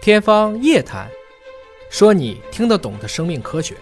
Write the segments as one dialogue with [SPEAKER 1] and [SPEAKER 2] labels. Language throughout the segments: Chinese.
[SPEAKER 1] 天方夜谭，说你听得懂的生命科学。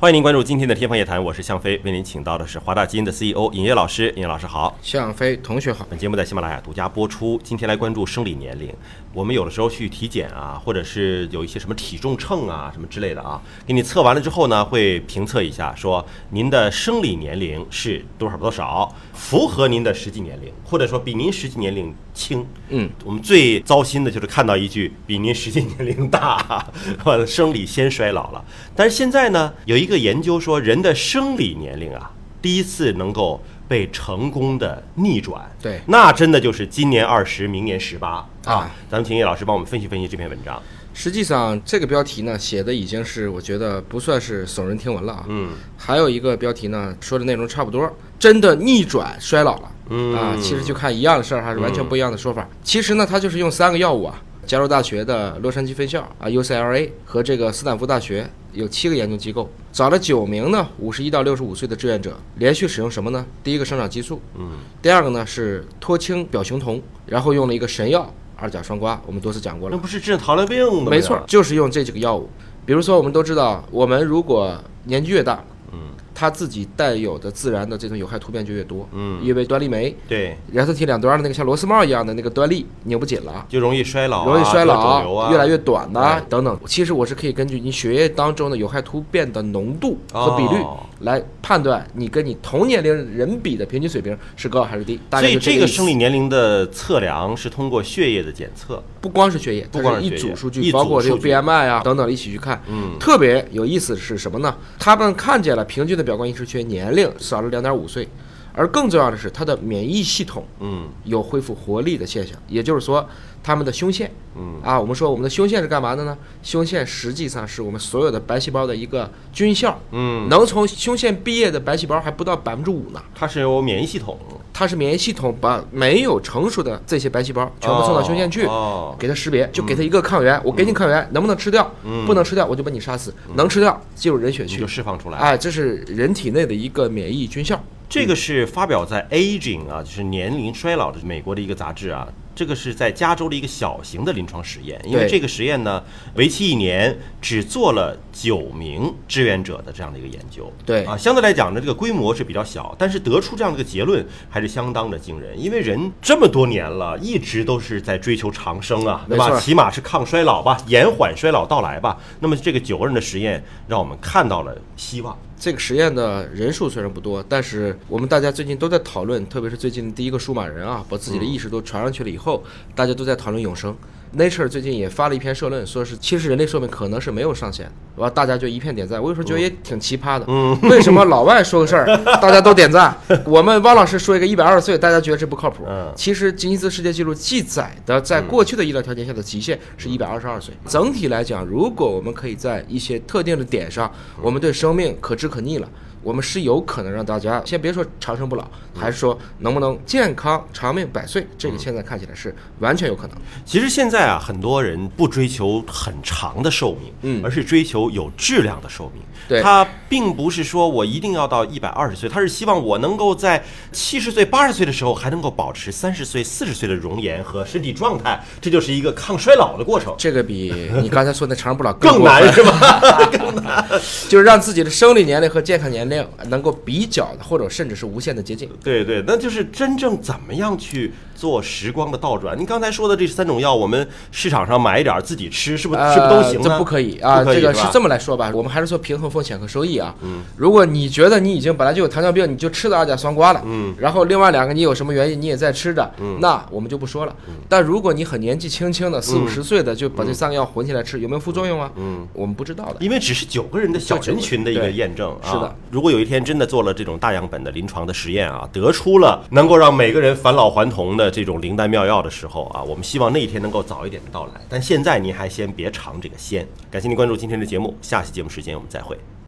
[SPEAKER 2] 欢迎您关注今天的《天方夜谭》，我是向飞，为您请到的是华大基因的 CEO 尹烨老师。尹烨老师好，
[SPEAKER 3] 向飞同学好。
[SPEAKER 2] 本节目在喜马拉雅独家播出。今天来关注生理年龄。我们有的时候去体检啊，或者是有一些什么体重秤啊、什么之类的啊，给你测完了之后呢，会评测一下，说您的生理年龄是多少多少，符合您的实际年龄，或者说比您实际年龄轻。
[SPEAKER 3] 嗯，
[SPEAKER 2] 我们最糟心的就是看到一句比您实际年龄大， 完了生理先衰老了。但是现在呢，有一个研究说，人的生理年龄啊，第一次能够被成功的逆转。
[SPEAKER 3] 对
[SPEAKER 2] 那真的就是今年二十，明年十八啊
[SPEAKER 3] 啊！
[SPEAKER 2] 咱们请叶老师帮我们分析分析这篇文章。
[SPEAKER 3] 实际上这个标题呢写的已经是我觉得不算是耸人听闻了啊。
[SPEAKER 2] 嗯，
[SPEAKER 3] 还有一个标题呢说的内容差不多，真的逆转衰老了。
[SPEAKER 2] 嗯
[SPEAKER 3] 啊，其实就看一样的事儿还是完全不一样的说法。其实呢，它就是用三个药物啊，加州大学的洛杉矶分校啊 UCLA 和这个斯坦福大学有七个研究机构，找了九名呢五十一到六十五岁的志愿者，连续使用什么呢？第一个生长激素，
[SPEAKER 2] 嗯，
[SPEAKER 3] 第二个呢是脱氢表雄酮，然后用了一个神药二甲双胍，我们多次讲过了
[SPEAKER 2] 那。不是治糖尿病的吗？
[SPEAKER 3] 没错，就是用这几个药物。比如说，我们都知道，我们如果年纪越大，
[SPEAKER 2] 嗯
[SPEAKER 3] 它自己带有的自然的这种有害突变就越多，
[SPEAKER 2] 嗯，
[SPEAKER 3] 因为端粒酶，
[SPEAKER 2] 对，
[SPEAKER 3] 染色体两端的那个像螺丝帽一样的那个端粒拧不紧了。
[SPEAKER 2] 就容易衰老啊、
[SPEAKER 3] 容易衰
[SPEAKER 2] 得肿
[SPEAKER 3] 老，
[SPEAKER 2] 瘤啊，
[SPEAKER 3] 越来越短的、
[SPEAKER 2] 哎
[SPEAKER 3] 等等，其实我是可以根据你血液当中的有害突变的浓度和比率
[SPEAKER 2] 哦
[SPEAKER 3] 来判断你跟你同年龄人比的平均水平是高还是低。大
[SPEAKER 2] 所
[SPEAKER 3] 概
[SPEAKER 2] 以
[SPEAKER 3] 就
[SPEAKER 2] 这
[SPEAKER 3] 个
[SPEAKER 2] 个
[SPEAKER 3] 意思
[SPEAKER 2] 生理年龄的测量是通过血液的检测。
[SPEAKER 3] 不光是血液，
[SPEAKER 2] 不
[SPEAKER 3] 它
[SPEAKER 2] 光
[SPEAKER 3] 是
[SPEAKER 2] 是
[SPEAKER 3] 一
[SPEAKER 2] 血液
[SPEAKER 3] 组数
[SPEAKER 2] 一
[SPEAKER 3] 据，
[SPEAKER 2] 组
[SPEAKER 3] 包括这个
[SPEAKER 2] 数据
[SPEAKER 3] BMI 啊等等一起去看。
[SPEAKER 2] 嗯
[SPEAKER 3] 特别有意思的是什么呢？他们看见了平均的表观移植缺年龄少了两点五岁，而更重要的是，他的免疫系统
[SPEAKER 2] 嗯
[SPEAKER 3] 有恢复活力的现象，也就是说，他们的胸腺
[SPEAKER 2] 嗯
[SPEAKER 3] 啊，我们说我们的胸腺是干嘛的呢？胸腺实际上是我们所有的白细胞的一个军校，
[SPEAKER 2] 嗯，
[SPEAKER 3] 能从胸腺毕业的白细胞还不到百分之五呢。
[SPEAKER 2] 它是有免疫系统，
[SPEAKER 3] 它是免疫系统把没有成熟的这些白细胞全部送到胸腺去，
[SPEAKER 2] 哦哦
[SPEAKER 3] 给它识别，就给它一个抗原，我给你抗原，能不能吃掉？
[SPEAKER 2] 嗯
[SPEAKER 3] 不能吃掉，我就把你杀死；能吃掉，进入人血
[SPEAKER 2] 你
[SPEAKER 3] 去
[SPEAKER 2] 就。释放出来。
[SPEAKER 3] 哎，这是人体内的一个免疫军校。
[SPEAKER 2] 这个是发表在《Aging》啊，就是年龄衰老的美国的一个杂志啊。这个是在加州的一个小型的临床实验，因为
[SPEAKER 3] 对
[SPEAKER 2] 这个实验呢，为期一年，只做了九名志愿者的这样的一个研究。
[SPEAKER 3] 对
[SPEAKER 2] 啊，相对来讲呢，这个规模是比较小，但是得出这样的一个结论还是相当的惊人。因为人这么多年了，一直都是在追求长生啊，对
[SPEAKER 3] 没
[SPEAKER 2] 吧？
[SPEAKER 3] 错
[SPEAKER 2] 起码是抗衰老吧，延缓衰老到来吧。那么这个九个人的实验，让我们看到了希望。
[SPEAKER 3] 这个实验的人数虽然不多，但是我们大家最近都在讨论，特别是最近第一个数码人啊，把自己的意识都传上去了以后，大家都在讨论永生。Nature 最近也发了一篇社论，说是其实人类寿命可能是没有上限的，完大家就一片点赞。我有时候觉得也挺奇葩的，嗯，为什么老外说个事儿大家都点赞，我们汪老师说一个一百二十岁，大家觉得这不靠谱？
[SPEAKER 2] 嗯
[SPEAKER 3] 其实吉尼斯世界纪录记载的，在过去的医疗条件下的极限
[SPEAKER 2] 嗯
[SPEAKER 3] 是一百二十二岁。整体来讲，如果我们可以在一些特定的点上，
[SPEAKER 2] 嗯
[SPEAKER 3] 我们对生命可知可逆了，我们是有可能让大家先别说长生不老，
[SPEAKER 2] 嗯
[SPEAKER 3] 还是说能不能健康长命百岁，这个现在看起来
[SPEAKER 2] 嗯
[SPEAKER 3] 是完全有可能。
[SPEAKER 2] 其实现在啊，很多人不追求很长的寿命，
[SPEAKER 3] 嗯
[SPEAKER 2] 而是追求有质量的寿命。
[SPEAKER 3] 对
[SPEAKER 2] 他并不是说我一定要到一百二十岁，他是希望我能够在七十岁、八十岁的时候还能够保持三十岁、四十岁的容颜和身体状态，这就是一个抗衰老的过程。
[SPEAKER 3] 这个比你刚才说的长生不老
[SPEAKER 2] 更
[SPEAKER 3] 过分
[SPEAKER 2] 难是吧？
[SPEAKER 3] 就是让自己的生理年龄和健康年龄能够比较的，或者甚至是无限的接近。
[SPEAKER 2] 对对，那就是真正怎么样去做时光的倒转。您刚才说的这三种药，我们市场上买一点儿自己吃，是不是、
[SPEAKER 3] 呃，
[SPEAKER 2] 是不是都行呢？
[SPEAKER 3] 这不可以啊！
[SPEAKER 2] 不可以
[SPEAKER 3] 这个
[SPEAKER 2] 是
[SPEAKER 3] 是
[SPEAKER 2] 吧
[SPEAKER 3] 这么来说吧，我们还是说平衡风险和收益啊。嗯，如果你觉得你已经本来就有糖尿病，你就吃了二甲双胍了，嗯，然后另外两个你有什么原因你也在吃着，嗯，那我们就不说了。
[SPEAKER 2] 嗯
[SPEAKER 3] 但如果你很年纪轻轻的四五十岁的就把这三个药混起来吃，有没有副作用啊？嗯，我们不知道的。
[SPEAKER 2] 因为只是九个人的小人群的一个验证啊。
[SPEAKER 3] 对是的，
[SPEAKER 2] 如果有一天真的做了这种大样本的临床的实验啊，得出了能够让每个人返老还童的这种灵丹妙药的时候啊，我们希望那一天能够早一点的到来。但现在您还先别尝这个鲜。感谢您关注今天的节目，下期节目时间我们再会。